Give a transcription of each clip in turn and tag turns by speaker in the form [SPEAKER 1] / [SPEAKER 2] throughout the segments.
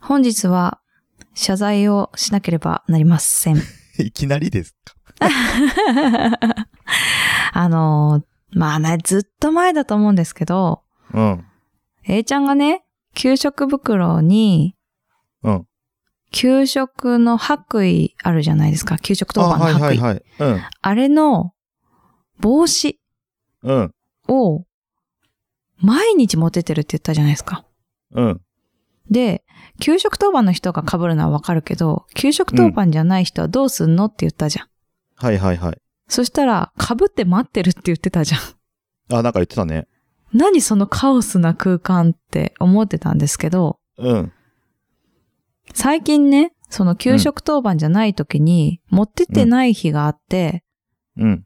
[SPEAKER 1] 本日は謝罪をしなければなりません。
[SPEAKER 2] いきなりですか
[SPEAKER 1] あの、まあね、ずっと前だと思うんですけど、
[SPEAKER 2] うん。
[SPEAKER 1] A ちゃんがね、給食袋に、
[SPEAKER 2] うん。
[SPEAKER 1] 給食の白衣あるじゃないですか。給食当番の
[SPEAKER 2] はい
[SPEAKER 1] 白衣。あ,、
[SPEAKER 2] はいはい。うん。
[SPEAKER 1] れの帽子
[SPEAKER 2] うん。
[SPEAKER 1] を毎日持っててるって言ったじゃないですか。
[SPEAKER 2] うん。
[SPEAKER 1] で、給食当番の人が被るのはわかるけど、給食当番じゃない人はどうすんのって言ったじゃん。
[SPEAKER 2] はいはいはい。
[SPEAKER 1] そしたら、被って待ってるって言ってたじゃん。
[SPEAKER 2] あ、なんか言ってたね。
[SPEAKER 1] 何そのカオスな空間って思ってたんですけど、
[SPEAKER 2] うん。
[SPEAKER 1] 最近ね、その給食当番じゃない時に持ってってない日があって、
[SPEAKER 2] うん。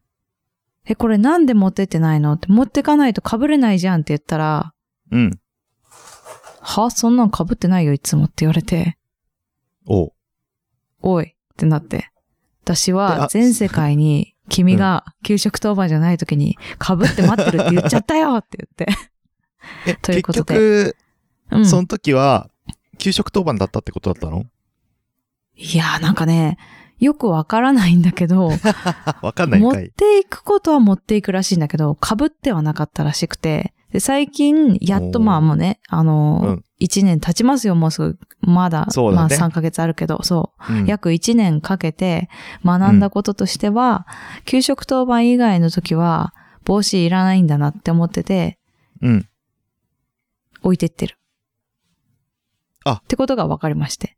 [SPEAKER 1] え、これなんで持ってってないのって持ってかないと被れないじゃんって言ったら、
[SPEAKER 2] うん。
[SPEAKER 1] はそんなん被ってないよいつもって言われて、
[SPEAKER 2] おう
[SPEAKER 1] おいってなって。私は
[SPEAKER 2] あ
[SPEAKER 1] 全世界に君が給食当番じゃない時に被って待ってるって言っちゃったよって言って。
[SPEAKER 2] え、
[SPEAKER 1] という
[SPEAKER 2] 結
[SPEAKER 1] ことで
[SPEAKER 2] 局、
[SPEAKER 1] うん、
[SPEAKER 2] その時は、給食当番だったってことだったの
[SPEAKER 1] いやーなんかね、よくわからないんだけど、
[SPEAKER 2] わかんないん
[SPEAKER 1] 持っ
[SPEAKER 2] かい。
[SPEAKER 1] ていくことは持っていくらしいんだけど、被ってはなかったらしくて、で、最近、やっと
[SPEAKER 2] おー
[SPEAKER 1] まあもうね、あ
[SPEAKER 2] う
[SPEAKER 1] の
[SPEAKER 2] ん
[SPEAKER 1] ー、1年経ちますよ、もうすぐ。まだ、
[SPEAKER 2] そう
[SPEAKER 1] ま
[SPEAKER 2] だ
[SPEAKER 1] あ
[SPEAKER 2] ね
[SPEAKER 1] 3ヶ月あるけど、そう。
[SPEAKER 2] うん
[SPEAKER 1] 約1年かけて学んだこととしては、給食当番以外の時は、帽子いらないんだなって思ってて、
[SPEAKER 2] うん。
[SPEAKER 1] 置いてってる。
[SPEAKER 2] あ
[SPEAKER 1] ってことが分かりまして。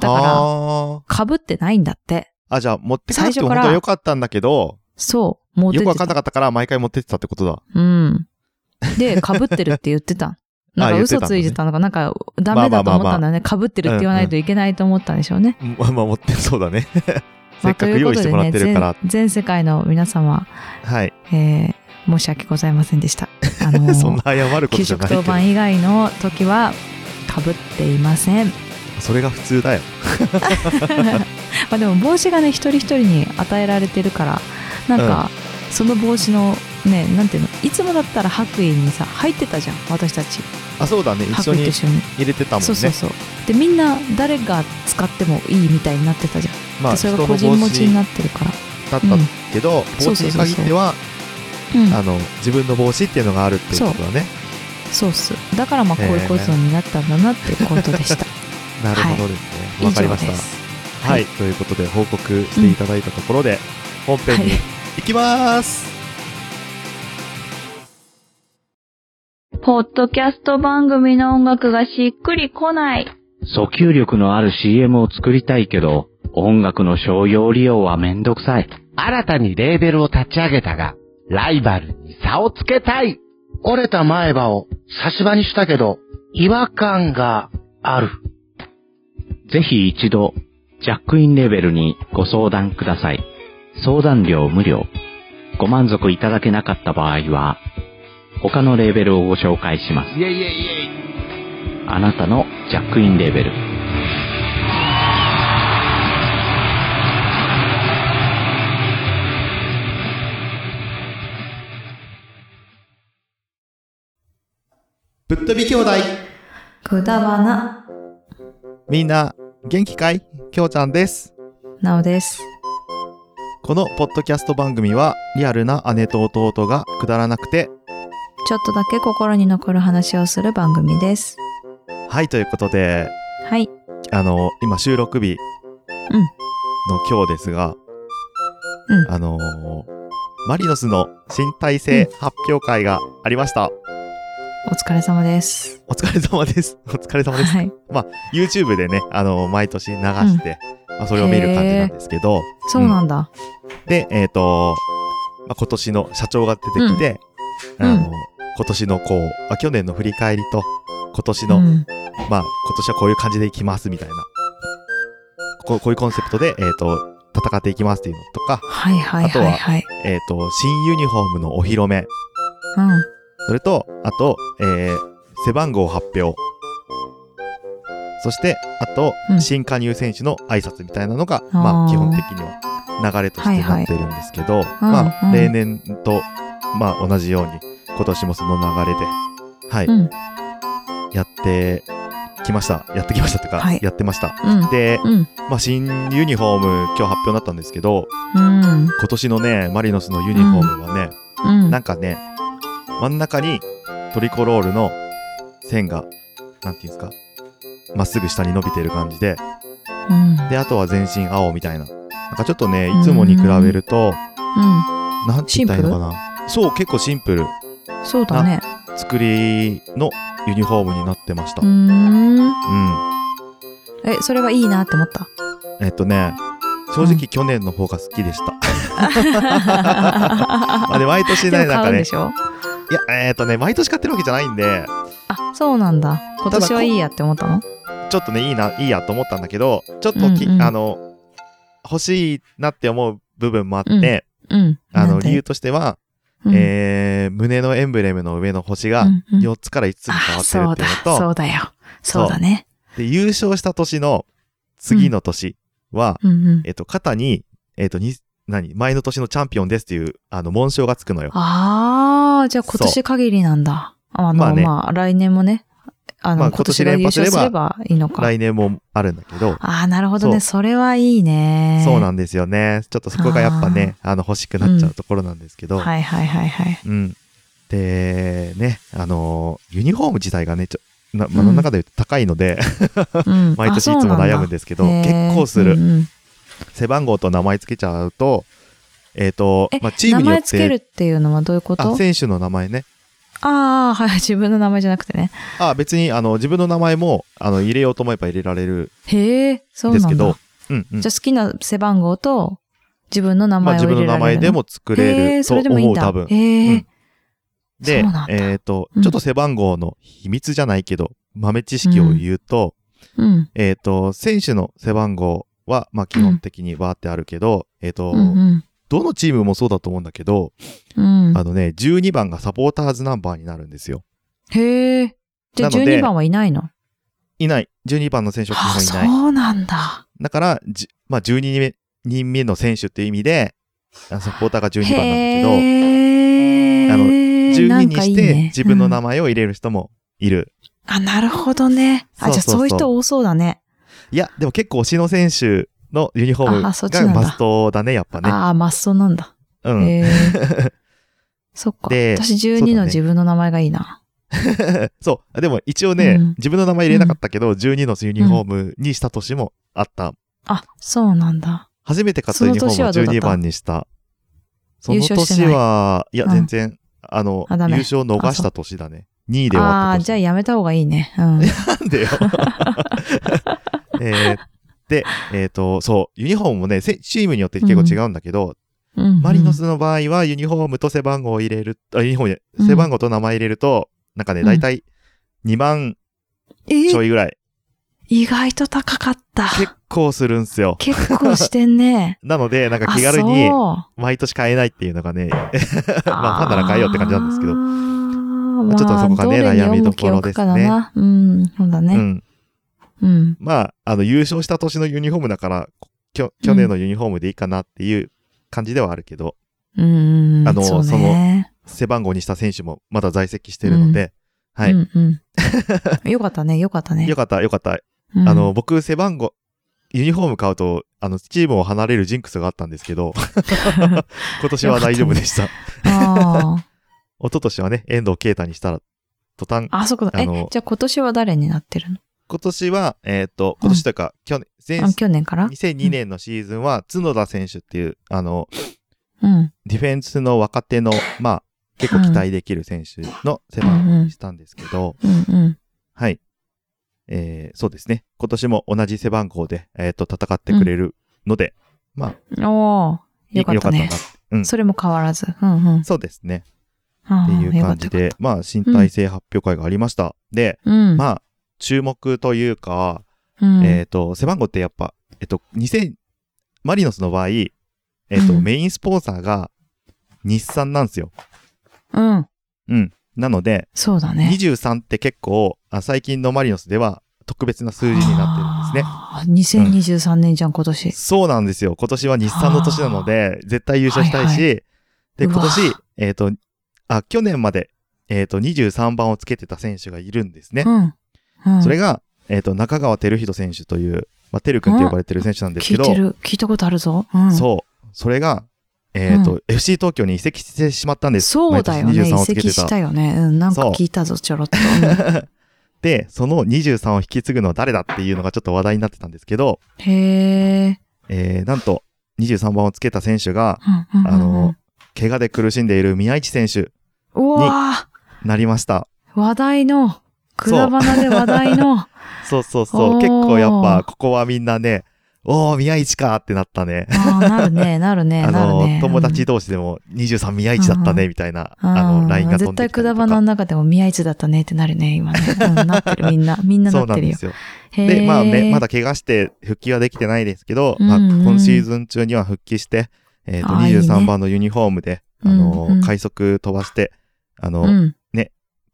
[SPEAKER 1] だか
[SPEAKER 2] あ
[SPEAKER 1] ら、被ってないんだって。
[SPEAKER 2] あ。あ、じゃあ、持ってかなくて
[SPEAKER 1] 最
[SPEAKER 2] も
[SPEAKER 1] 初から
[SPEAKER 2] 本当は良かったんだけど、
[SPEAKER 1] そう、持ってっ
[SPEAKER 2] よ
[SPEAKER 1] て
[SPEAKER 2] く
[SPEAKER 1] た
[SPEAKER 2] わかんなかったから、毎回持ってってたってことだ。
[SPEAKER 1] うん。 で、被ってるって言ってた。なんか
[SPEAKER 2] 言って
[SPEAKER 1] 嘘
[SPEAKER 2] たんだ
[SPEAKER 1] つ
[SPEAKER 2] ね
[SPEAKER 1] いてたのか、なんかダメだと思ったんだね。 被ってるって言わないといけないと思ったんでしょうね。
[SPEAKER 2] うん まあ、持ってそうだね。せ
[SPEAKER 1] ま
[SPEAKER 2] っ
[SPEAKER 1] あと
[SPEAKER 2] か
[SPEAKER 1] いう
[SPEAKER 2] く
[SPEAKER 1] こ
[SPEAKER 2] 用意
[SPEAKER 1] と
[SPEAKER 2] して
[SPEAKER 1] で
[SPEAKER 2] もらっ
[SPEAKER 1] ね、
[SPEAKER 2] てるから。
[SPEAKER 1] 全全世界の皆様、
[SPEAKER 2] はい。
[SPEAKER 1] えー申し訳ございませんでした。あの
[SPEAKER 2] そんな謝ること
[SPEAKER 1] 給
[SPEAKER 2] じゃな
[SPEAKER 1] 食
[SPEAKER 2] い
[SPEAKER 1] 当
[SPEAKER 2] けど。
[SPEAKER 1] 番以外の時は被っていません。ま
[SPEAKER 2] それが普通だよ。
[SPEAKER 1] あでも帽子がね、一人一人に与えられてるから、なんか、その帽子の、ね、なんていうの、いつもだったら白衣にさ、入ってたじゃん、私たち。
[SPEAKER 2] あ、そうだね。一
[SPEAKER 1] 白
[SPEAKER 2] 緒
[SPEAKER 1] 衣と
[SPEAKER 2] に
[SPEAKER 1] 一緒に。
[SPEAKER 2] 入れてたもんね。
[SPEAKER 1] そうそうそうでみんな誰が使ってもいいみたいになってたじゃん、
[SPEAKER 2] まあ、
[SPEAKER 1] でそれ
[SPEAKER 2] 人
[SPEAKER 1] が
[SPEAKER 2] の
[SPEAKER 1] 個
[SPEAKER 2] 帽子
[SPEAKER 1] 人持ちに
[SPEAKER 2] だ
[SPEAKER 1] な
[SPEAKER 2] っ
[SPEAKER 1] ってるから、
[SPEAKER 2] た
[SPEAKER 1] うん
[SPEAKER 2] け
[SPEAKER 1] そ
[SPEAKER 2] ど、帽
[SPEAKER 1] う
[SPEAKER 2] 子
[SPEAKER 1] そう
[SPEAKER 2] に
[SPEAKER 1] そうそう
[SPEAKER 2] 限っては、
[SPEAKER 1] うん、
[SPEAKER 2] あの、自分の帽子っていうのがあるっていうことだね。
[SPEAKER 1] そうっすだからまあこういうことになったんだなっていうことでした
[SPEAKER 2] なるほどですね。わ、かりまし
[SPEAKER 1] 以上
[SPEAKER 2] た
[SPEAKER 1] で。す
[SPEAKER 2] はい、ということで報告していただいたところで、本編に
[SPEAKER 1] はい
[SPEAKER 2] 行きます、
[SPEAKER 3] ポッドキャスト番組の音楽がしっくりこない。
[SPEAKER 4] 訴求力のある CM を作りたいけど、音楽の商用利用はめんどくさい。
[SPEAKER 5] 新たにレーベルを立ち上げたが、ライバルに差をつけたい折れた前歯を差し歯にしたけど、違和感がある。
[SPEAKER 4] ぜひ一度、ジャックインレベルにご相談ください。相談料無料。ご満足いただけなかった場合は、他のレーベルをご紹介します。
[SPEAKER 5] イェイイェイイェイ
[SPEAKER 4] あなたのジャックインレベル。
[SPEAKER 2] ぶっ飛び兄弟
[SPEAKER 1] くだばな
[SPEAKER 2] みんな元気かいきょうちゃんです
[SPEAKER 1] なおです
[SPEAKER 2] このポッドキャスト番組はリアルな姉と弟がくだらなくて
[SPEAKER 1] ちょっとだけ心に残る話をする番組です
[SPEAKER 2] はいということで
[SPEAKER 1] はい
[SPEAKER 2] あの今収録日
[SPEAKER 1] うん
[SPEAKER 2] の今日ですが、
[SPEAKER 1] うん
[SPEAKER 2] あのマリノスの新体制発表会がありました、
[SPEAKER 1] お疲れ様です
[SPEAKER 2] お疲れ様です お疲れ様です、
[SPEAKER 1] はい
[SPEAKER 2] YouTube でねあの毎年流して、まあ、それを見る感じなんですけど、
[SPEAKER 1] そうなんだ、
[SPEAKER 2] で、えっ、と、まあ、今年の社長が出てきて、
[SPEAKER 1] うん
[SPEAKER 2] あ
[SPEAKER 1] う
[SPEAKER 2] の、今年のこう、まあ、去年の振り返りと、今年の、
[SPEAKER 1] うん
[SPEAKER 2] まあ、今年はこういう感じでいきますみたいな、こうこういうコンセプトで、えっ、と、戦っていきますっていうのとか、
[SPEAKER 1] はいはいはいはい
[SPEAKER 2] えっ、と、新ユニフォームのお披露目、
[SPEAKER 1] うん
[SPEAKER 2] それと、あと、えー、背番号発表、そして、あと、
[SPEAKER 1] うん
[SPEAKER 2] 新加入選手の挨拶みたいなのが、
[SPEAKER 1] ー
[SPEAKER 2] まあ、基本的には流れとしてなってるんですけど、ま
[SPEAKER 1] うん
[SPEAKER 2] あ、
[SPEAKER 1] うん
[SPEAKER 2] 例年と、まあ、同じように、今年もその流れで、はい、
[SPEAKER 1] うん
[SPEAKER 2] やって来ました。やってきましたってか、
[SPEAKER 1] はい
[SPEAKER 2] やってました。
[SPEAKER 1] うん。
[SPEAKER 2] で、
[SPEAKER 1] うん。
[SPEAKER 2] まあ、新ユニフォーム今日発表になったんですけど、
[SPEAKER 1] うん。
[SPEAKER 2] 今年のね、マリノスのユニフォームはね、
[SPEAKER 1] うん。
[SPEAKER 2] なんかね、真ん中にトリコロールの線が、なんていうんですか、まっすぐ下に伸びてる感じで、
[SPEAKER 1] うん。
[SPEAKER 2] で、あとは全身青みたいな。なんかちょっとね、いつもに比べると、
[SPEAKER 1] うん。
[SPEAKER 2] なんて言ったらいいのかな。そう、結構シンプル。
[SPEAKER 1] そうだね。
[SPEAKER 2] 作りのユニフォームになってました。
[SPEAKER 1] う
[SPEAKER 2] うん。
[SPEAKER 1] ーん。え、それはいいなって思った。
[SPEAKER 2] えっとね、正直去年の方が好きでした。 あで、毎 年
[SPEAKER 1] で
[SPEAKER 2] ね、
[SPEAKER 1] も
[SPEAKER 2] な
[SPEAKER 1] 買
[SPEAKER 2] んか
[SPEAKER 1] うん
[SPEAKER 2] ね
[SPEAKER 1] で、しょ
[SPEAKER 2] いや、えっとね、毎年買ってるわけじゃないんで、
[SPEAKER 1] あ、そうなんだ。今年はいいやって思ったの
[SPEAKER 2] ちょっとね、いいな、いいやと思ったんだけど、ちょっとき、
[SPEAKER 1] うんうん
[SPEAKER 2] あの、欲しいなって思う部分もあって、
[SPEAKER 1] うん。な
[SPEAKER 2] あの、
[SPEAKER 1] んで
[SPEAKER 2] 理由、としては、
[SPEAKER 1] うん
[SPEAKER 2] えー、胸のエンブレムの上の星
[SPEAKER 1] う
[SPEAKER 2] が
[SPEAKER 1] んうん
[SPEAKER 2] 4つから5つに変わってるってい
[SPEAKER 1] あそうだ、
[SPEAKER 2] う
[SPEAKER 1] そ
[SPEAKER 2] のと、
[SPEAKER 1] うだよ。そうだね。
[SPEAKER 2] で、優勝した年の次の年は、
[SPEAKER 1] うんうん。
[SPEAKER 2] えっと、肩に、えっと、に、何前の年のチャンピオンですっていう、あの、紋章がつくのよ。
[SPEAKER 1] ああ、じゃあ今
[SPEAKER 2] そ
[SPEAKER 1] 年限りなんだ。あの、
[SPEAKER 2] ま
[SPEAKER 1] ま
[SPEAKER 2] あ
[SPEAKER 1] あ、
[SPEAKER 2] ね
[SPEAKER 1] 来年もね、あの、
[SPEAKER 2] まあ
[SPEAKER 1] 今年が
[SPEAKER 2] 今年
[SPEAKER 1] 優
[SPEAKER 2] 連覇すれ
[SPEAKER 1] 勝
[SPEAKER 2] ば
[SPEAKER 1] すればいいのか。あ
[SPEAKER 2] 来年もあるんだけど、
[SPEAKER 1] あー、なるほどね。
[SPEAKER 2] そう
[SPEAKER 1] それはいいね。
[SPEAKER 2] そうなんんですよね。ちょっとそこがやっぱね、あの、欲しくなっちゃうところなんですけど、
[SPEAKER 1] はいはいはい はい。
[SPEAKER 2] うん。で、ね、あのーユニフォーム自体がね、ちょな、まあ、真ん中で言うと高いので、
[SPEAKER 1] うん、
[SPEAKER 2] 毎年いつも悩むん
[SPEAKER 1] で
[SPEAKER 2] ですけど、結構する。
[SPEAKER 1] る。
[SPEAKER 2] 背番号と名前つけちゃうと、えっ、と
[SPEAKER 1] え、
[SPEAKER 2] まあ、チーム
[SPEAKER 1] 名
[SPEAKER 2] によっ
[SPEAKER 1] 前つける
[SPEAKER 2] て、
[SPEAKER 1] っていうのはどういうこと
[SPEAKER 2] あ、
[SPEAKER 1] あ
[SPEAKER 2] 選手の名前ね。
[SPEAKER 1] あー、はい、自分の名前じゃなくてね。
[SPEAKER 2] あ、別に、あの、自分の名前も、あの、入れようと思えば入れられる
[SPEAKER 1] へえ、そ
[SPEAKER 2] ん
[SPEAKER 1] う
[SPEAKER 2] で
[SPEAKER 1] なん
[SPEAKER 2] す
[SPEAKER 1] だ。
[SPEAKER 2] けど、うん、うん
[SPEAKER 1] じゃ。あ好きな背番号と自分の名
[SPEAKER 2] ま
[SPEAKER 1] 前
[SPEAKER 2] あ、
[SPEAKER 1] を
[SPEAKER 2] 自
[SPEAKER 1] 入れ
[SPEAKER 2] 分
[SPEAKER 1] ら
[SPEAKER 2] の
[SPEAKER 1] れる
[SPEAKER 2] 名前でも作れ
[SPEAKER 1] へー
[SPEAKER 2] ると
[SPEAKER 1] そ
[SPEAKER 2] 思
[SPEAKER 1] れ
[SPEAKER 2] う、
[SPEAKER 1] でもいいんだ
[SPEAKER 2] 多
[SPEAKER 1] へ
[SPEAKER 2] 分。う
[SPEAKER 1] え
[SPEAKER 2] ん、で
[SPEAKER 1] そうなん、だ
[SPEAKER 2] えっ、と、
[SPEAKER 1] うん
[SPEAKER 2] ちょっと背番号の秘密じゃないけど、豆知識を言うと、
[SPEAKER 1] うん。
[SPEAKER 2] えっ、と、選手の背番号は、まあ、基本的にバーってあるけど、えっ、と、
[SPEAKER 1] うん
[SPEAKER 2] どのチームもそうだと思うんだけど、
[SPEAKER 1] うん。うん
[SPEAKER 2] あ。のね、12番がサポーターズナンバーになるんですよ。
[SPEAKER 1] へえ。じゃあ
[SPEAKER 2] なので
[SPEAKER 1] 12番はいないの
[SPEAKER 2] いない。12番の選手は
[SPEAKER 1] あ
[SPEAKER 2] 基本いない。
[SPEAKER 1] そうなんだ。
[SPEAKER 2] だから、じまあ、12人目人目の選手っていう意味で、あサポーターが12番なんだけ
[SPEAKER 1] へえ。
[SPEAKER 2] あのど、12に
[SPEAKER 1] なんかい
[SPEAKER 2] し
[SPEAKER 1] い
[SPEAKER 2] て
[SPEAKER 1] ね
[SPEAKER 2] 自分の
[SPEAKER 1] う
[SPEAKER 2] 名
[SPEAKER 1] ん
[SPEAKER 2] 前を入れる人もいる。
[SPEAKER 1] あ、なるほどね。あ、じゃあ
[SPEAKER 2] そうそうそう
[SPEAKER 1] そういう人多そうだね。
[SPEAKER 2] いや、でも結構推しの選手のユニフォーム
[SPEAKER 1] あそっちな
[SPEAKER 2] が
[SPEAKER 1] んだ
[SPEAKER 2] マストだね、やっぱね。
[SPEAKER 1] ああ、マッソなんだ。
[SPEAKER 2] うん。
[SPEAKER 1] へえ。そっか。
[SPEAKER 2] で
[SPEAKER 1] 私
[SPEAKER 2] そうだ
[SPEAKER 1] 12
[SPEAKER 2] ね
[SPEAKER 1] の自分の名前がいいな。
[SPEAKER 2] そう。でも一応ね、
[SPEAKER 1] うん
[SPEAKER 2] 自分の名前入れなかったけど、12のユニフォームにした年もあった。
[SPEAKER 1] あ、そうなんだ。
[SPEAKER 2] 初めて買ったユニフォームを
[SPEAKER 1] その年はどうだ
[SPEAKER 2] 12
[SPEAKER 1] った
[SPEAKER 2] 番にした。その
[SPEAKER 1] 優勝して
[SPEAKER 2] 年
[SPEAKER 1] ない
[SPEAKER 2] は、いや、
[SPEAKER 1] うん
[SPEAKER 2] 全然、あの、優
[SPEAKER 1] あダメ
[SPEAKER 2] 勝を逃した年だね。2位で終
[SPEAKER 1] あ
[SPEAKER 2] わ
[SPEAKER 1] あ
[SPEAKER 2] っ
[SPEAKER 1] ー、
[SPEAKER 2] た
[SPEAKER 1] じゃあ
[SPEAKER 2] 年。
[SPEAKER 1] やめた方がいいね。 うん。
[SPEAKER 2] なんでよ。えーで、えっ、と、そう、ユニフォームもね、せチームによって結構違うんだけど、
[SPEAKER 1] うんうん
[SPEAKER 2] マリノスの場合はユニフォームと背番号を入れる、あユニフォームじゃない背番号と名前入れると、なんかね、
[SPEAKER 1] うん
[SPEAKER 2] だいたい2万
[SPEAKER 1] え
[SPEAKER 2] ちょいぐらい、
[SPEAKER 1] 意外と高かった。
[SPEAKER 2] 結構するんすよ。。
[SPEAKER 1] 結構してんね
[SPEAKER 2] なので、なんか
[SPEAKER 1] あ
[SPEAKER 2] 気軽に
[SPEAKER 1] そ
[SPEAKER 2] 毎年買えないっていうのがね、
[SPEAKER 1] う
[SPEAKER 2] まあファンなら買えよって感じなんですけど
[SPEAKER 1] あー
[SPEAKER 2] まあちょっとそこがね
[SPEAKER 1] まあ
[SPEAKER 2] 悩みどころで
[SPEAKER 1] れに重
[SPEAKER 2] すね
[SPEAKER 1] きを置くかだなうん、そうだ
[SPEAKER 2] う
[SPEAKER 1] ね。
[SPEAKER 2] ん。
[SPEAKER 1] うん。
[SPEAKER 2] まあ、あの、優勝した年のユニフォームだから、きょ去年のユニフォームでいいかなっていう感じではあるけど、
[SPEAKER 1] うん。
[SPEAKER 2] あの
[SPEAKER 1] そうね
[SPEAKER 2] その背番号にした選手もまだ在籍してるので、はい。
[SPEAKER 1] うん うん。よかったね、よかったね。
[SPEAKER 2] よかった、よかった。
[SPEAKER 1] うん
[SPEAKER 2] あの、、僕、背番号、ユニフォーム買うと、あの、チームを離れるジンクスがあったんですけど、 今年は大丈夫でした。
[SPEAKER 1] あー
[SPEAKER 2] 一昨年はね、遠藤啓太にしたら、途端、
[SPEAKER 1] あ、そこだ。
[SPEAKER 2] あ
[SPEAKER 1] え
[SPEAKER 2] の、
[SPEAKER 1] じゃあ今年は誰になってるの
[SPEAKER 2] 今年は、えっ、と、今年というか、去年、前
[SPEAKER 1] あ去年から
[SPEAKER 2] 2002年のシーズンは、角田選手っていう、あの、
[SPEAKER 1] うん。
[SPEAKER 2] ディフェンスの若手の、まあ、結構期待できる選手の背番号にしたんですけど、
[SPEAKER 1] うんうん。
[SPEAKER 2] はい。えーそうですね。今年も同じ背番号で、えっ、と、戦ってくれるので、
[SPEAKER 1] おー、よかった
[SPEAKER 2] よ
[SPEAKER 1] ね
[SPEAKER 2] か。ったな。うん。
[SPEAKER 1] それも変わらず。うんうん。
[SPEAKER 2] そうですね。
[SPEAKER 1] っ
[SPEAKER 2] っていう感じ。で、まあ、新体制発表会がありました。で、
[SPEAKER 1] うん。
[SPEAKER 2] まあ、注目というか、
[SPEAKER 1] うん
[SPEAKER 2] えっ、と、背番号ってやっぱ、えっ、と、2000、マリノスの場合、えっ、と、
[SPEAKER 1] うん
[SPEAKER 2] メインスポンサーが日産なんですよ。
[SPEAKER 1] うん。
[SPEAKER 2] うん。なので、
[SPEAKER 1] そうだね。
[SPEAKER 2] 23って結構、あ最近のマリノスでは特別な数字になってるんですね。
[SPEAKER 1] ですね。2023年じゃん、今年。
[SPEAKER 2] そうなんですよ。今年は日産の年なので、絶対優勝したいし、
[SPEAKER 1] は
[SPEAKER 2] で、
[SPEAKER 1] うわ
[SPEAKER 2] 今年、えっ、と、あ、去年まで、えっ、と、23番をつけてた選手がいるんですね。
[SPEAKER 1] うん。うん。
[SPEAKER 2] それが、えっ、と、中川照人選手という、まあ、てるくんって呼ばれてる選手なんです
[SPEAKER 1] 聞
[SPEAKER 2] け
[SPEAKER 1] い
[SPEAKER 2] ど、
[SPEAKER 1] てる。聞いたことあるぞ。うん、
[SPEAKER 2] そう。それが、えっ、と、FC 東京に移籍してしまったんです。
[SPEAKER 1] そうだよね。
[SPEAKER 2] 毎
[SPEAKER 1] 移
[SPEAKER 2] 年23をつけ
[SPEAKER 1] 籍
[SPEAKER 2] てた
[SPEAKER 1] し。たよね。うん、なんか
[SPEAKER 2] そう
[SPEAKER 1] 聞いたぞ、ちょろっと。
[SPEAKER 2] で、その23を引き継ぐのは誰だっていうのがちょっと話題になってたんですけど、
[SPEAKER 1] うんへえ。
[SPEAKER 2] えー、なんと、23番をつけた選手が、
[SPEAKER 1] うんうんうんうん
[SPEAKER 2] あの、怪我で苦しんでいる宮市選手、
[SPEAKER 1] うわ
[SPEAKER 2] なりました。
[SPEAKER 1] ー話題の、くだばなで話題の、
[SPEAKER 2] そうそうそう。
[SPEAKER 1] おー
[SPEAKER 2] 結構やっぱ、ここはみんなね、おー、宮市かーってなったね。
[SPEAKER 1] あーなるね、なるね、
[SPEAKER 2] あ
[SPEAKER 1] なる
[SPEAKER 2] の、
[SPEAKER 1] ね。
[SPEAKER 2] 友達同士でも23宮市だった
[SPEAKER 1] うんう
[SPEAKER 2] ね、
[SPEAKER 1] ん
[SPEAKER 2] みたいな、
[SPEAKER 1] うん
[SPEAKER 2] あの、ラインが飛ん
[SPEAKER 1] 絶
[SPEAKER 2] で
[SPEAKER 1] 対
[SPEAKER 2] きた
[SPEAKER 1] く
[SPEAKER 2] り
[SPEAKER 1] だ
[SPEAKER 2] と
[SPEAKER 1] ば
[SPEAKER 2] か。
[SPEAKER 1] なの中でも宮市だったねってなるね、今ね。うん、なってる、みんな。みんな
[SPEAKER 2] そ
[SPEAKER 1] な
[SPEAKER 2] う
[SPEAKER 1] っ
[SPEAKER 2] な
[SPEAKER 1] て
[SPEAKER 2] ん
[SPEAKER 1] る
[SPEAKER 2] で
[SPEAKER 1] よ。
[SPEAKER 2] すよ。
[SPEAKER 1] へ
[SPEAKER 2] で、
[SPEAKER 1] え。
[SPEAKER 2] まあね、まだ怪我して復帰はできてないですけど、まあ、
[SPEAKER 1] うんうん
[SPEAKER 2] 今シーズン中には復帰して、えっ、と、
[SPEAKER 1] あーいいね
[SPEAKER 2] 23番のユニフォームで、あの、
[SPEAKER 1] うんうん
[SPEAKER 2] 快速飛ばして、あの、
[SPEAKER 1] うん、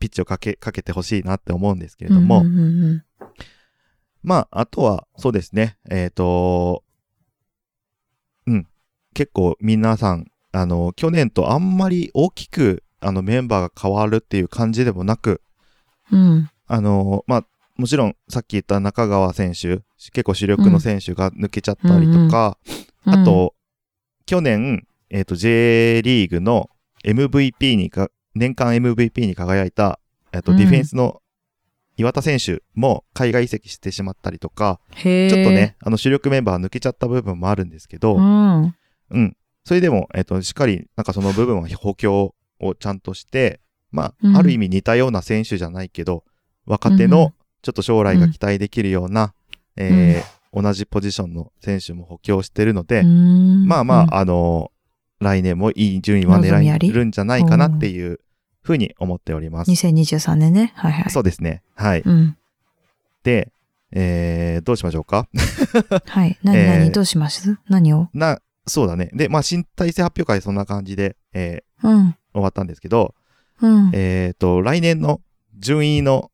[SPEAKER 2] ピッチをかけ、かけてほしいなって思うんですけれ
[SPEAKER 1] うん
[SPEAKER 2] ども、
[SPEAKER 1] うんうんうん
[SPEAKER 2] まあ、あとは、そうですね。えっ、と、うん。結構皆さん、あの、去年とあんまり大きく、あの、メンバーが変わるっていう感じでもなく、
[SPEAKER 1] うん。
[SPEAKER 2] あの、まあ、もちろん、さっき言った中川選手、結構主力の選手が抜けちゃったりとか、
[SPEAKER 1] うん
[SPEAKER 2] あ、と、去年、えっ、と、J リーグの MVP にか、年間 MVP に輝いた、えっ、と、
[SPEAKER 1] うん
[SPEAKER 2] ディフェンスの岩田選手も海外移籍してしまったりとか、
[SPEAKER 1] へえ。
[SPEAKER 2] ちょっとね、あの主力メンバー抜けちゃった部分もあるんですけど、
[SPEAKER 1] う
[SPEAKER 2] うん、
[SPEAKER 1] ん。
[SPEAKER 2] それでも、えっ、と、しっかり、なんかその部分は補強をちゃんとして、ま
[SPEAKER 1] うん
[SPEAKER 2] あ、ある意味似たような選手じゃないけど、若手
[SPEAKER 1] うんうん
[SPEAKER 2] のちょっと将来が期待できるような、えー同じポジションの選手も補強してるので、まあまあ、あのー来年もいい順位は
[SPEAKER 1] 望みあ
[SPEAKER 2] 狙え
[SPEAKER 1] り
[SPEAKER 2] るんじゃないかなっていうふうに思っております。
[SPEAKER 1] 2023年ね。はいはい。
[SPEAKER 2] そうですね。はい。
[SPEAKER 1] うん。
[SPEAKER 2] で、えー、どうしましょうか
[SPEAKER 1] はい。何
[SPEAKER 2] えー
[SPEAKER 1] 何、どうします何を
[SPEAKER 2] な、そうだね。で、まあ、新体制発表会そんな感じで、え
[SPEAKER 1] うん。
[SPEAKER 2] ー終わったんですけど、
[SPEAKER 1] うん。
[SPEAKER 2] えっ、と、来年の順位の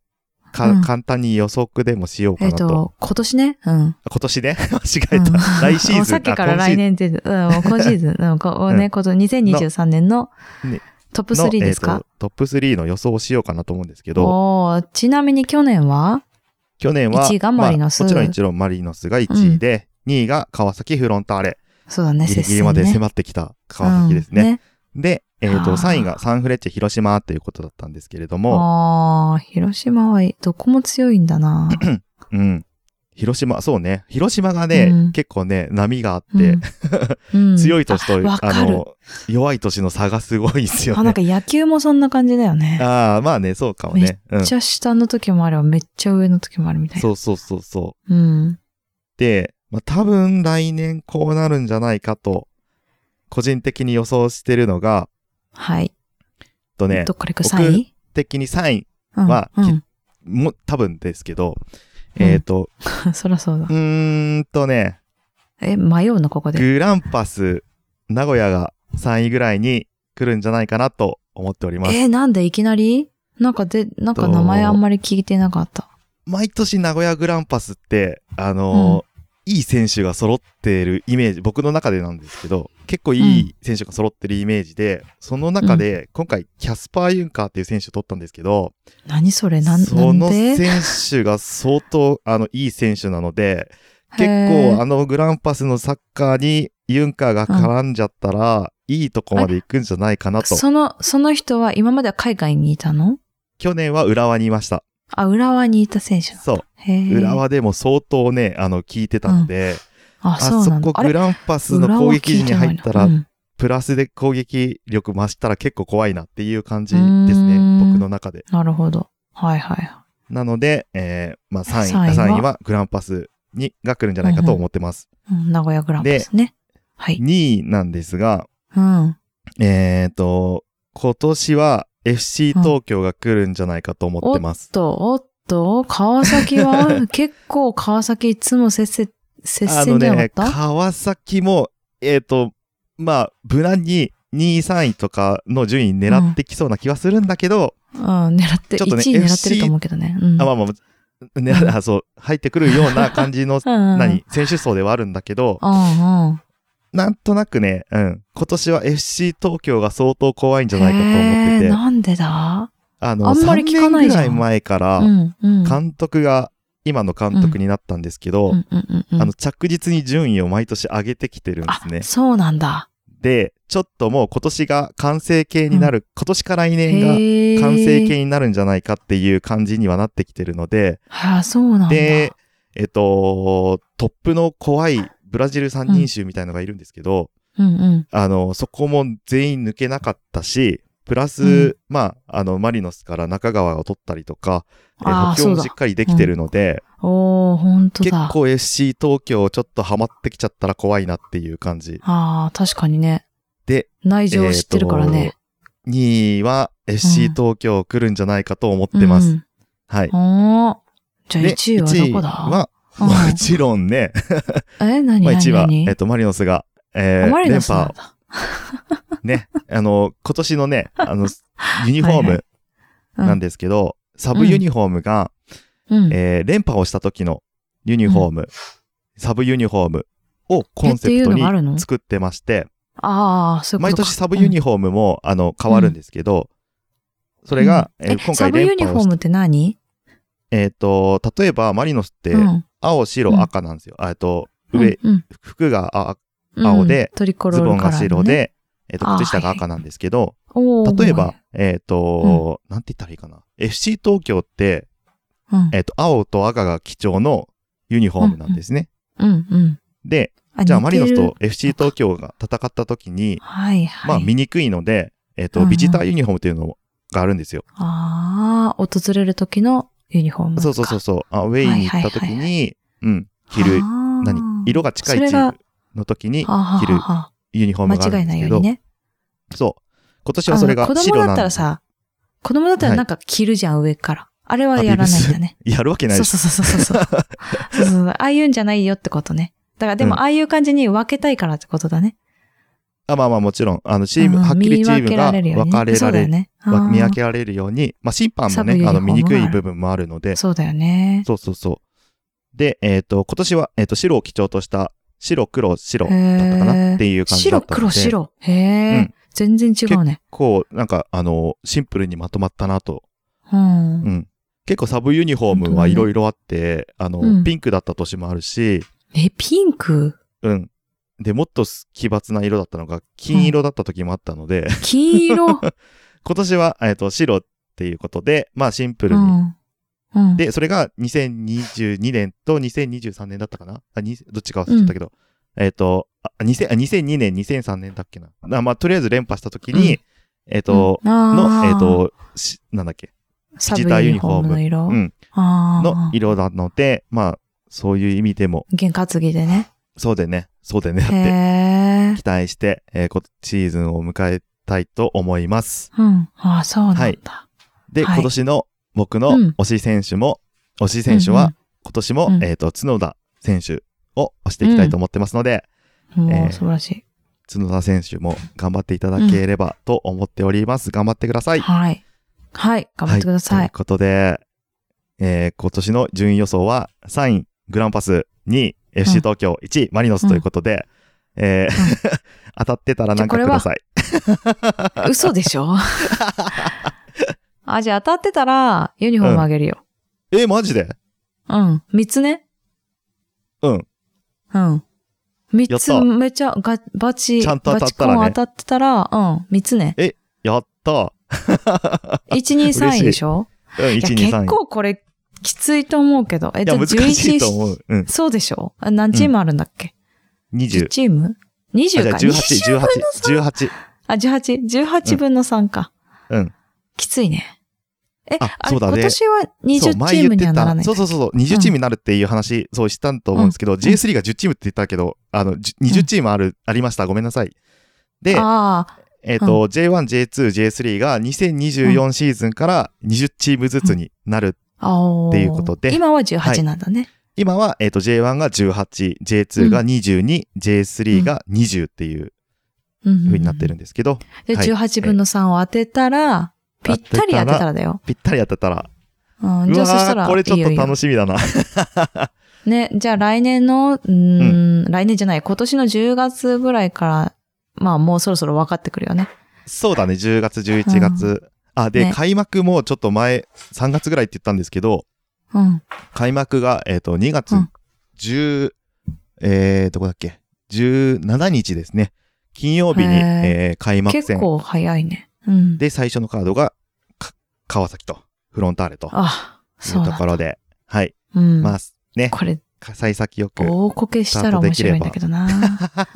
[SPEAKER 2] か、
[SPEAKER 1] うん
[SPEAKER 2] 簡単に予測でもしようか
[SPEAKER 1] えっ
[SPEAKER 2] なと。
[SPEAKER 1] と、今年ね。うん。
[SPEAKER 2] 今年ね、 間違
[SPEAKER 1] う
[SPEAKER 2] え
[SPEAKER 1] ん
[SPEAKER 2] た。来 シーズン。
[SPEAKER 1] さっきから
[SPEAKER 2] あ今シーズ
[SPEAKER 1] 来
[SPEAKER 2] ン
[SPEAKER 1] 年って、うん、今シーズン、 うん、こう
[SPEAKER 2] う
[SPEAKER 1] ね、こと2023年の
[SPEAKER 2] ね
[SPEAKER 1] トップ3です
[SPEAKER 2] のえ
[SPEAKER 1] か
[SPEAKER 2] ーとトップ3の予想をしようかなと思うんですけど、
[SPEAKER 1] おーちなみに去年は
[SPEAKER 2] 去年は、
[SPEAKER 1] 一位がマリノス
[SPEAKER 2] まあもちろん一応マリノスが1位で、2位が川崎フロンターレ。
[SPEAKER 1] そうだね、
[SPEAKER 2] ギリ
[SPEAKER 1] 接
[SPEAKER 2] ギリ
[SPEAKER 1] 戦
[SPEAKER 2] まで
[SPEAKER 1] ね
[SPEAKER 2] 迫ってきた川崎ですね。
[SPEAKER 1] うんね。
[SPEAKER 2] で、えっ、と、
[SPEAKER 1] あー
[SPEAKER 2] 3位がサンフレッチェ広島ということだったんですけれども、
[SPEAKER 1] ああ、広島はどこも強いんだな。
[SPEAKER 2] うん。広島、そうね。広島がね、
[SPEAKER 1] うん
[SPEAKER 2] 結構ね、波があって、
[SPEAKER 1] 強
[SPEAKER 2] 強い年と、
[SPEAKER 1] わかる。
[SPEAKER 2] の、弱い年の差がすごいですよ
[SPEAKER 1] あ、なん
[SPEAKER 2] ね。
[SPEAKER 1] か野球もそんな感じだよね。
[SPEAKER 2] ああ、まあね、そうかもね。う
[SPEAKER 1] めっ
[SPEAKER 2] ん。
[SPEAKER 1] ちゃ下の時もあれば、めっちゃ上の時もあるみたいな。
[SPEAKER 2] そうそうそうそう。
[SPEAKER 1] うん。
[SPEAKER 2] で、まあ多分来年こうなるんじゃないかと、個人的に予想してるのが、
[SPEAKER 1] はい。
[SPEAKER 2] えっとね
[SPEAKER 1] ど、っから行く ?3 位
[SPEAKER 2] 的に3位
[SPEAKER 1] うん
[SPEAKER 2] は
[SPEAKER 1] うん。
[SPEAKER 2] も多分ですけど、
[SPEAKER 1] うん
[SPEAKER 2] えっ、と、
[SPEAKER 1] そらそうだ
[SPEAKER 2] う。ーんとね、
[SPEAKER 1] え、迷うのここで。
[SPEAKER 2] グランパス、名古屋が3位ぐらいに来るんじゃないかなと思っております。
[SPEAKER 1] えー、なんでいきなりなんかで、なんか名前あんまり聞いてなかった。
[SPEAKER 2] 毎年名古屋グランパスって、あのーいい選手が揃ってるイメージ、僕の中でなんですけど、結構いい選手が揃ってるイメージで、その中で、今回、キャスパー・ユンカーっていう選手を取ったんですけど、
[SPEAKER 1] 何それなんな
[SPEAKER 2] そ
[SPEAKER 1] ん
[SPEAKER 2] の
[SPEAKER 1] で
[SPEAKER 2] 選手が相当、あの、いい選手なので、結
[SPEAKER 1] へ
[SPEAKER 2] 構、
[SPEAKER 1] ー
[SPEAKER 2] あのグランパスのサッカーにユンカーが絡んじゃったら、いいとこまで行くんじゃないかなと。
[SPEAKER 1] その、その人は今までは海外にいたの
[SPEAKER 2] 去年は浦和にいました。
[SPEAKER 1] あ、浦和にいた選手なの。
[SPEAKER 2] そ
[SPEAKER 1] へ
[SPEAKER 2] う。
[SPEAKER 1] え。
[SPEAKER 2] 浦和でも相当ね、あの、聞いてたので、
[SPEAKER 1] あ、
[SPEAKER 2] あ
[SPEAKER 1] そう
[SPEAKER 2] そ
[SPEAKER 1] なんだ。
[SPEAKER 2] こグランパスの
[SPEAKER 1] 浦和
[SPEAKER 2] 攻撃時に入
[SPEAKER 1] 聞い
[SPEAKER 2] ってた
[SPEAKER 1] ないな
[SPEAKER 2] ら
[SPEAKER 1] う、ん
[SPEAKER 2] プラスで攻撃力増したら結構怖いなっていう感じですね
[SPEAKER 1] うー。ん
[SPEAKER 2] 僕の中で。
[SPEAKER 1] なるほど。はいはい。
[SPEAKER 2] なので、えーまあ3位、
[SPEAKER 1] 3位は
[SPEAKER 2] 3位はグランパスにが来るんじゃないかと思ってます。
[SPEAKER 1] うん、名古屋グランパスね。はい。
[SPEAKER 2] 2位なんですが、
[SPEAKER 1] うん。
[SPEAKER 2] えっ、と、今年は FC 東京が来るんじゃないかと思ってます。
[SPEAKER 1] と、おっと、川崎 は、結構川崎いつも接戦、接
[SPEAKER 2] あ
[SPEAKER 1] 戦
[SPEAKER 2] の
[SPEAKER 1] じゃな
[SPEAKER 2] ね、
[SPEAKER 1] かった
[SPEAKER 2] 川崎も、えっ、と、まあ、無難に2位、3位とかの順位狙ってきそうな気はするんだけど、
[SPEAKER 1] うん、狙って、
[SPEAKER 2] ち
[SPEAKER 1] 1
[SPEAKER 2] ょっとね
[SPEAKER 1] 位狙ってると思うけどね。うん。
[SPEAKER 2] あ、まあまあ、ね、あそう、入ってくるような感じの、
[SPEAKER 1] うんうん
[SPEAKER 2] 何、選手層ではあるんだけど、
[SPEAKER 1] うんうん。
[SPEAKER 2] なんとなくね、うん、今年は FC 東京が相当怖いんじゃないかと思って
[SPEAKER 1] へー
[SPEAKER 2] て、
[SPEAKER 1] なんでだ
[SPEAKER 2] あの、
[SPEAKER 1] あんま
[SPEAKER 2] 3
[SPEAKER 1] り聞かな
[SPEAKER 2] 年
[SPEAKER 1] い
[SPEAKER 2] ぐ
[SPEAKER 1] じゃん
[SPEAKER 2] らい前か
[SPEAKER 1] う
[SPEAKER 2] ら、
[SPEAKER 1] ん、うん。
[SPEAKER 2] 監督が今の監督になったんですけど、
[SPEAKER 1] うんうんうんうん
[SPEAKER 2] あの、着実に順位を毎年上げてきてるんで
[SPEAKER 1] あ
[SPEAKER 2] すね。
[SPEAKER 1] そうなんだ。
[SPEAKER 2] で、ちょっともう今年が完成形になる、今年か来年が
[SPEAKER 1] へ
[SPEAKER 2] 完成
[SPEAKER 1] 形
[SPEAKER 2] 形になるんじゃないかっていう感じにはなってきてるので、
[SPEAKER 1] はあ、そうなんだ。
[SPEAKER 2] で、えっと、トップの怖いブラジル三人衆みたいのがいるんですけど、
[SPEAKER 1] うんうん。
[SPEAKER 2] あの、そこも全員抜けなかったし、プラス、
[SPEAKER 1] うん
[SPEAKER 2] まあ、あの、マリノスから中川を取ったりとか、え
[SPEAKER 1] あ
[SPEAKER 2] 補
[SPEAKER 1] あ、
[SPEAKER 2] 強
[SPEAKER 1] そう
[SPEAKER 2] も
[SPEAKER 1] だ
[SPEAKER 2] しっ。かりできてるので、
[SPEAKER 1] おー、ほんと
[SPEAKER 2] 結
[SPEAKER 1] だ。
[SPEAKER 2] 構 FC 東京ちょっとハマってきちゃったら怖いなっていう感じ。
[SPEAKER 1] ああ、確かにね。
[SPEAKER 2] で、
[SPEAKER 1] 内情を知ってるからね。
[SPEAKER 2] えーと。2位は FC 東京来るんじゃないかと思ってます。
[SPEAKER 1] うん
[SPEAKER 2] はい。
[SPEAKER 1] うん。おーじゃあ
[SPEAKER 2] で
[SPEAKER 1] 1位はどこだ
[SPEAKER 2] 1位は
[SPEAKER 1] うん
[SPEAKER 2] もちろんね、
[SPEAKER 1] え、何
[SPEAKER 2] まあ
[SPEAKER 1] 何
[SPEAKER 2] 1位は、
[SPEAKER 1] 何
[SPEAKER 2] えっと、マリノスが、え
[SPEAKER 1] あ
[SPEAKER 2] ー、
[SPEAKER 1] マリ
[SPEAKER 2] 連
[SPEAKER 1] ノスなん
[SPEAKER 2] 覇、
[SPEAKER 1] だ。
[SPEAKER 2] ね、 あの、今年のね、あの、ユニフォー
[SPEAKER 1] はいは
[SPEAKER 2] ムなんですけど、サブユニフォームが、
[SPEAKER 1] うん。え
[SPEAKER 2] えー連覇をした時のユニフォーム、サブユニフォームをコンセ
[SPEAKER 1] えってい
[SPEAKER 2] プト
[SPEAKER 1] うのがあるの
[SPEAKER 2] に作ってまして、
[SPEAKER 1] ああ、そういうこ
[SPEAKER 2] 毎
[SPEAKER 1] とか。
[SPEAKER 2] 年サブユニ
[SPEAKER 1] フォー
[SPEAKER 2] フォームも、あの、変わるんですけど、それが、えー今
[SPEAKER 1] サ
[SPEAKER 2] 回
[SPEAKER 1] ブユ
[SPEAKER 2] 連
[SPEAKER 1] ニ
[SPEAKER 2] 覇
[SPEAKER 1] フ
[SPEAKER 2] を
[SPEAKER 1] ォー
[SPEAKER 2] し
[SPEAKER 1] ムって何
[SPEAKER 2] えっ、と、例えばマリノスって
[SPEAKER 1] う、ん
[SPEAKER 2] 青、白、
[SPEAKER 1] うん
[SPEAKER 2] 赤なんですよ。あえっと、上、
[SPEAKER 1] うん
[SPEAKER 2] 服があ
[SPEAKER 1] うん
[SPEAKER 2] 青で
[SPEAKER 1] トリコロ
[SPEAKER 2] ズ
[SPEAKER 1] ー
[SPEAKER 2] ボ
[SPEAKER 1] ル
[SPEAKER 2] ン
[SPEAKER 1] カ
[SPEAKER 2] が
[SPEAKER 1] ラー
[SPEAKER 2] 白
[SPEAKER 1] のね。
[SPEAKER 2] で、えっと、
[SPEAKER 1] あー
[SPEAKER 2] 靴下が
[SPEAKER 1] はいはい
[SPEAKER 2] 赤なんですけど、
[SPEAKER 1] おー
[SPEAKER 2] 例えば、、えっ、と、なんて言ったらいいかな。FC 東京って、
[SPEAKER 1] うん
[SPEAKER 2] えっ、と、青と赤が基調のユニフォームなんですね。
[SPEAKER 1] うんうん。
[SPEAKER 2] で、じゃあマリノス、
[SPEAKER 1] 似て
[SPEAKER 2] と
[SPEAKER 1] る
[SPEAKER 2] FC 東京が戦った時に、
[SPEAKER 1] はいはい。
[SPEAKER 2] まあ見にくいので、えっ、
[SPEAKER 1] うん
[SPEAKER 2] と、
[SPEAKER 1] うん
[SPEAKER 2] ビジターユニフォームというのがあるんですよ。
[SPEAKER 1] ああ、訪れる時のユニフォームか。
[SPEAKER 2] そうそうそうそう。あウェイに行った時
[SPEAKER 1] はいはいは
[SPEAKER 2] に、うん、着る、
[SPEAKER 1] あー
[SPEAKER 2] 何色が近いチ
[SPEAKER 1] それ
[SPEAKER 2] ー
[SPEAKER 1] が
[SPEAKER 2] ムの時に
[SPEAKER 1] はあはあ
[SPEAKER 2] 着る
[SPEAKER 1] はあ
[SPEAKER 2] ユニフォームがある
[SPEAKER 1] 間違
[SPEAKER 2] ん
[SPEAKER 1] い
[SPEAKER 2] で
[SPEAKER 1] ない
[SPEAKER 2] すけ
[SPEAKER 1] よう
[SPEAKER 2] ど
[SPEAKER 1] に、ね。
[SPEAKER 2] そう。今年はそれが
[SPEAKER 1] あの子
[SPEAKER 2] 白
[SPEAKER 1] 供だ
[SPEAKER 2] な
[SPEAKER 1] っ
[SPEAKER 2] ん
[SPEAKER 1] たらさ、子供だったらなんか着るじゃん、上から。あれはやらないんだね。
[SPEAKER 2] やるわけない
[SPEAKER 1] そう
[SPEAKER 2] で
[SPEAKER 1] そ
[SPEAKER 2] す。
[SPEAKER 1] うそうそうそう。そうそうそうああいうんじゃないよってことね。だからで
[SPEAKER 2] うん
[SPEAKER 1] もああいう感じに分けたいからってことだね。
[SPEAKER 2] あまあまあもちろん、あのチーム、
[SPEAKER 1] うん
[SPEAKER 2] はっきりチームが分かれ
[SPEAKER 1] そう
[SPEAKER 2] ら
[SPEAKER 1] だ
[SPEAKER 2] れ
[SPEAKER 1] よね。あ
[SPEAKER 2] わ
[SPEAKER 1] ー
[SPEAKER 2] 見分けられるように、まあ審判も
[SPEAKER 1] サブユニ
[SPEAKER 2] ね、
[SPEAKER 1] フォー
[SPEAKER 2] あ
[SPEAKER 1] ム
[SPEAKER 2] の見にく
[SPEAKER 1] があ
[SPEAKER 2] い
[SPEAKER 1] る
[SPEAKER 2] 部分もあるので、
[SPEAKER 1] そうだよね。
[SPEAKER 2] そうそうそう。で、えっ、と、今年は、えっ、と、白を基調とした、白、黒、白だったか
[SPEAKER 1] へ
[SPEAKER 2] な
[SPEAKER 1] ー
[SPEAKER 2] っていう感じ
[SPEAKER 1] 白、
[SPEAKER 2] だったので。
[SPEAKER 1] 黒、。白。へ
[SPEAKER 2] う
[SPEAKER 1] え
[SPEAKER 2] ん。
[SPEAKER 1] 全然違うね。
[SPEAKER 2] こう、なんか、あの、シンプルにまとまったなと。
[SPEAKER 1] うん
[SPEAKER 2] う。ん。結構サブユニフォームはいろいろあって、あの、
[SPEAKER 1] うん
[SPEAKER 2] ピンクだった年もあるし、
[SPEAKER 1] え、ピンク
[SPEAKER 2] うん。で、もっと奇抜な色だったのが、金色だった時もあったので、
[SPEAKER 1] 黄色
[SPEAKER 2] 今年は、えっ、と、白っていうことで、まあ、シンプ
[SPEAKER 1] う
[SPEAKER 2] ルに。
[SPEAKER 1] ん。うん。
[SPEAKER 2] で、それが2022年と2023年だったかなあ、にどっちか忘れちゃったけど。えっ、と、あ2000あ2002年、2003年だっけな。なまあ、とりあえず連覇した時に、えっ、と、
[SPEAKER 1] うんあー
[SPEAKER 2] の、えっ、と、しなんだっけ、
[SPEAKER 1] サ
[SPEAKER 2] ビジタ
[SPEAKER 1] ブ
[SPEAKER 2] ー
[SPEAKER 1] ユ
[SPEAKER 2] ユ
[SPEAKER 1] ニ
[SPEAKER 2] ニ
[SPEAKER 1] フ
[SPEAKER 2] フ
[SPEAKER 1] ォー
[SPEAKER 2] ォー
[SPEAKER 1] ム
[SPEAKER 2] ム
[SPEAKER 1] の色
[SPEAKER 2] うん、
[SPEAKER 1] あー
[SPEAKER 2] の色なので、まあ、そういう意味でも、
[SPEAKER 1] 験担ぎでね。
[SPEAKER 2] そうでね、そうでね、だって、
[SPEAKER 1] へえ。
[SPEAKER 2] 期待して、えーこシーズンを迎えたいと思います。
[SPEAKER 1] うん。ああ、そうなんだ。
[SPEAKER 2] で、
[SPEAKER 1] はい
[SPEAKER 2] 今年の僕の
[SPEAKER 1] うん
[SPEAKER 2] 推し選手も、推し選手
[SPEAKER 1] うんう
[SPEAKER 2] は
[SPEAKER 1] ん、
[SPEAKER 2] 今年も、
[SPEAKER 1] うん
[SPEAKER 2] えっ、と、角田選手を推していきたいと思ってますので、
[SPEAKER 1] も
[SPEAKER 2] え
[SPEAKER 1] う
[SPEAKER 2] ー
[SPEAKER 1] 素晴らし
[SPEAKER 2] 角田選手も頑張っていただければと思っております。頑張ってくださ
[SPEAKER 1] い。
[SPEAKER 2] い。
[SPEAKER 1] はい。はい。頑張ってくださ
[SPEAKER 2] はいという。ことで、えー今年の順位予想は3位、グランパス、2位、FC 東京、1位、マリノスということで、えー 当たってたらなんかください。
[SPEAKER 1] 嘘でしょ あ、じゃあ当たってたら、ユニフォームあげるよ。
[SPEAKER 2] えーマジで
[SPEAKER 1] うん。三、つね。
[SPEAKER 2] うん。
[SPEAKER 1] うん。三
[SPEAKER 2] やっ
[SPEAKER 1] つ
[SPEAKER 2] た
[SPEAKER 1] めちゃ、が、バチ、
[SPEAKER 2] ちゃんと当た
[SPEAKER 1] バ
[SPEAKER 2] っ
[SPEAKER 1] チ
[SPEAKER 2] た
[SPEAKER 1] コ
[SPEAKER 2] らね
[SPEAKER 1] ン当たってたら、うん。三つね。
[SPEAKER 2] やった
[SPEAKER 1] 一、二、
[SPEAKER 2] 嬉
[SPEAKER 1] 三
[SPEAKER 2] し
[SPEAKER 1] 位
[SPEAKER 2] い
[SPEAKER 1] でしょ
[SPEAKER 2] うん、1、
[SPEAKER 1] いや、
[SPEAKER 2] 2、3位。
[SPEAKER 1] 結構これ、きついと思うけど。え、
[SPEAKER 2] いや、難しいと
[SPEAKER 1] 11
[SPEAKER 2] 思う。うん。
[SPEAKER 1] そうでしょあ何チームあるんだっけ、十
[SPEAKER 2] 20。
[SPEAKER 1] チーム
[SPEAKER 2] あ、じ
[SPEAKER 1] ?20
[SPEAKER 2] ゃあ
[SPEAKER 1] か。
[SPEAKER 2] 18、18、18。
[SPEAKER 1] あ、18。18分の3か。
[SPEAKER 2] うん。
[SPEAKER 1] きついね。え、
[SPEAKER 2] あ
[SPEAKER 1] あ
[SPEAKER 2] そうだね
[SPEAKER 1] れ今
[SPEAKER 2] そ
[SPEAKER 1] 年は
[SPEAKER 2] う
[SPEAKER 1] 20
[SPEAKER 2] 前
[SPEAKER 1] チー
[SPEAKER 2] 言
[SPEAKER 1] ム
[SPEAKER 2] っ
[SPEAKER 1] に
[SPEAKER 2] て
[SPEAKER 1] はな
[SPEAKER 2] た
[SPEAKER 1] らないんだっけ。
[SPEAKER 2] そうそうそうそう、20チームになるっていう話、そうしたと思うんですけど、J3 が10チームって言ったけど、あの、じゅ20チームある、ありました。ごめんなさい。で、
[SPEAKER 1] ああ、
[SPEAKER 2] えっ、と、J1、J2、J3 が2024シーズンから20チームずつになる。
[SPEAKER 1] ああ。
[SPEAKER 2] っていうことで
[SPEAKER 1] 今は
[SPEAKER 2] はい
[SPEAKER 1] 18なんだね。
[SPEAKER 2] 今は、えっ、と、J1 が18、J2 が22、J3 が20っていう
[SPEAKER 1] うん
[SPEAKER 2] 風になってるんですけど、
[SPEAKER 1] で、
[SPEAKER 2] はい
[SPEAKER 1] 18分の3を当てたら、ぴったり当てたらだよ。
[SPEAKER 2] ぴったりやってたら、
[SPEAKER 1] うん、
[SPEAKER 2] う
[SPEAKER 1] じゃ
[SPEAKER 2] わ
[SPEAKER 1] あそしたら
[SPEAKER 2] ー、これちょっと
[SPEAKER 1] いいよいいよ
[SPEAKER 2] 楽しみだな。
[SPEAKER 1] ね、じゃあ来年の、うーん、来年じゃない、今年の10月ぐらいから、まあもうそろそろ分かってくるよね。
[SPEAKER 2] そうだね、10月、11月。あ、で、
[SPEAKER 1] ね
[SPEAKER 2] 開幕もちょっと前、3月ぐらいって言ったんですけど、
[SPEAKER 1] うん。
[SPEAKER 2] 開幕が、えっ、と、2月
[SPEAKER 1] うん
[SPEAKER 2] 10、えー、どこだっけ ?17 日ですね。金曜日に、
[SPEAKER 1] へー
[SPEAKER 2] えー開幕
[SPEAKER 1] 結
[SPEAKER 2] 戦。
[SPEAKER 1] 構早いね。うん。
[SPEAKER 2] で、最初のカードが、か川崎と、フロンターレと、
[SPEAKER 1] あ、
[SPEAKER 2] いう
[SPEAKER 1] そう
[SPEAKER 2] と
[SPEAKER 1] だ
[SPEAKER 2] こ。ろで、はい。
[SPEAKER 1] うん。
[SPEAKER 2] まあ、ね、
[SPEAKER 1] これ、
[SPEAKER 2] 幸先よく。
[SPEAKER 1] 大こけしたら面白いんだけどな。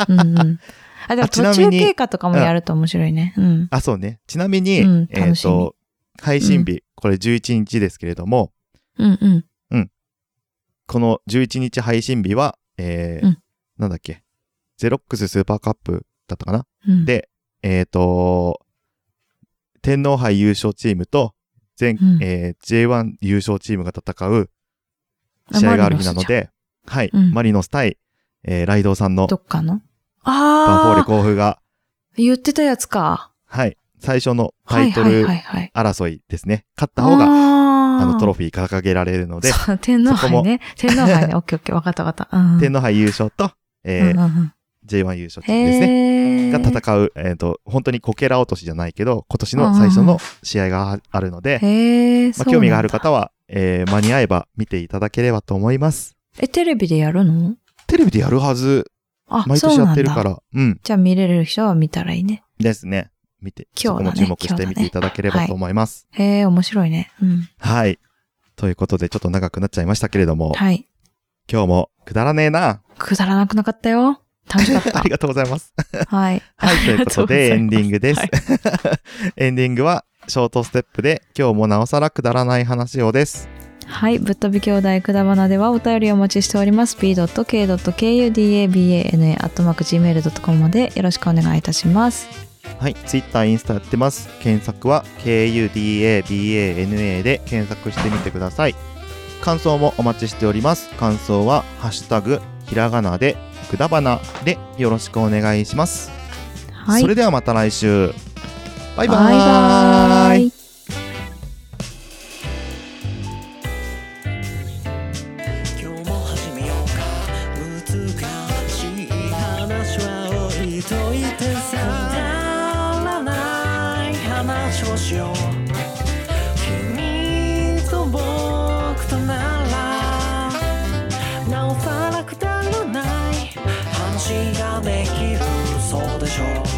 [SPEAKER 1] うんうん。あ、でも
[SPEAKER 2] あちな
[SPEAKER 1] 途
[SPEAKER 2] み
[SPEAKER 1] 中
[SPEAKER 2] に
[SPEAKER 1] 経過とかもやると面白いね。うん。
[SPEAKER 2] あ、そうね。ちなみに、
[SPEAKER 1] うん
[SPEAKER 2] えっ、
[SPEAKER 1] 楽しみ
[SPEAKER 2] と、配信日、これ11日ですけれども、
[SPEAKER 1] うんうん。
[SPEAKER 2] この11日配信日は、えー
[SPEAKER 1] うん
[SPEAKER 2] なんだっけ、ゼロックススーパーカップだったかな
[SPEAKER 1] うん。
[SPEAKER 2] でえっ、と、天皇杯優勝チームと、全、
[SPEAKER 1] うん
[SPEAKER 2] えー J1 優勝チームが戦う
[SPEAKER 1] あ
[SPEAKER 2] 試合がある日なので、はい、
[SPEAKER 1] うん
[SPEAKER 2] マリノス対、えーライドウさんの
[SPEAKER 1] どっかの
[SPEAKER 2] バンフォーレ
[SPEAKER 1] ああ
[SPEAKER 2] 甲府が、
[SPEAKER 1] 言ってたやつか。
[SPEAKER 2] はい、最初のタ
[SPEAKER 1] は
[SPEAKER 2] イ
[SPEAKER 1] い
[SPEAKER 2] ト
[SPEAKER 1] はい
[SPEAKER 2] ル
[SPEAKER 1] はいはい。
[SPEAKER 2] 争いですね。勝った
[SPEAKER 1] あ
[SPEAKER 2] 方が、
[SPEAKER 1] あ
[SPEAKER 2] あの、トロ
[SPEAKER 1] フ
[SPEAKER 2] フィー掲げられるので、
[SPEAKER 1] そう、天皇杯ね。天皇杯ね。オッケーオッケー。わかったわかった。うん。
[SPEAKER 2] 天皇杯優勝と、えー
[SPEAKER 1] うんうんうん
[SPEAKER 2] J1 優勝チームですね。
[SPEAKER 1] へ
[SPEAKER 2] が
[SPEAKER 1] ー
[SPEAKER 2] 戦う、えっ、と、本当にこけら落としじゃないけど、今年の最初の試合がああるので、
[SPEAKER 1] へえ、
[SPEAKER 2] ま
[SPEAKER 1] そ
[SPEAKER 2] あ、
[SPEAKER 1] う
[SPEAKER 2] 興
[SPEAKER 1] なんだ
[SPEAKER 2] 味がある方は、えー間に合えば見ていただければと思います。
[SPEAKER 1] え、テレビでやるの
[SPEAKER 2] テレビでやるはず、
[SPEAKER 1] あ、
[SPEAKER 2] 毎
[SPEAKER 1] そう
[SPEAKER 2] 年や
[SPEAKER 1] な
[SPEAKER 2] っ
[SPEAKER 1] ん
[SPEAKER 2] てる
[SPEAKER 1] だ
[SPEAKER 2] から、うん、
[SPEAKER 1] じゃあ見れる人は見たらいいね。
[SPEAKER 2] ですね。見て、
[SPEAKER 1] 今日だね
[SPEAKER 2] そこも注目して見ていただければと思います。
[SPEAKER 1] へえ、面白いね。うん。
[SPEAKER 2] はい、ということで、ちょっと長くなっちゃいましたけれども、
[SPEAKER 1] はい。
[SPEAKER 2] 今日もくだらねえな。
[SPEAKER 1] くだらなくなかったよ。楽しかっ
[SPEAKER 2] ありがとうござ います。
[SPEAKER 1] た。はい。
[SPEAKER 2] はい、ということで、エ
[SPEAKER 1] あり
[SPEAKER 2] ン
[SPEAKER 1] が
[SPEAKER 2] デ
[SPEAKER 1] とうは
[SPEAKER 2] ィングです。
[SPEAKER 1] い
[SPEAKER 2] エンディングは、ショートステップで、今日もなおさらくだらない話をです。
[SPEAKER 1] はい。ぶっ飛び兄弟くだばなではお便りをお待ちしております。p.k.kudabana.gmail.com までよろしくお願いいたします。
[SPEAKER 2] はい、ツイッター、インスタやってます。検索は KUDABANA で検索してみてください。感想もお待ちしております。感想は、ハッシュタグ、ひらがなで、くだばなでよろしくお願いします。
[SPEAKER 1] はい。
[SPEAKER 2] それではまた来週。バイバ
[SPEAKER 1] バイ
[SPEAKER 2] ー
[SPEAKER 1] バ
[SPEAKER 2] イ
[SPEAKER 1] イ。
[SPEAKER 6] 今日も始めようか難しい話は置いといてさくだらない話をしよう君と僕とならなおさらくだらない話ができるそうでしょう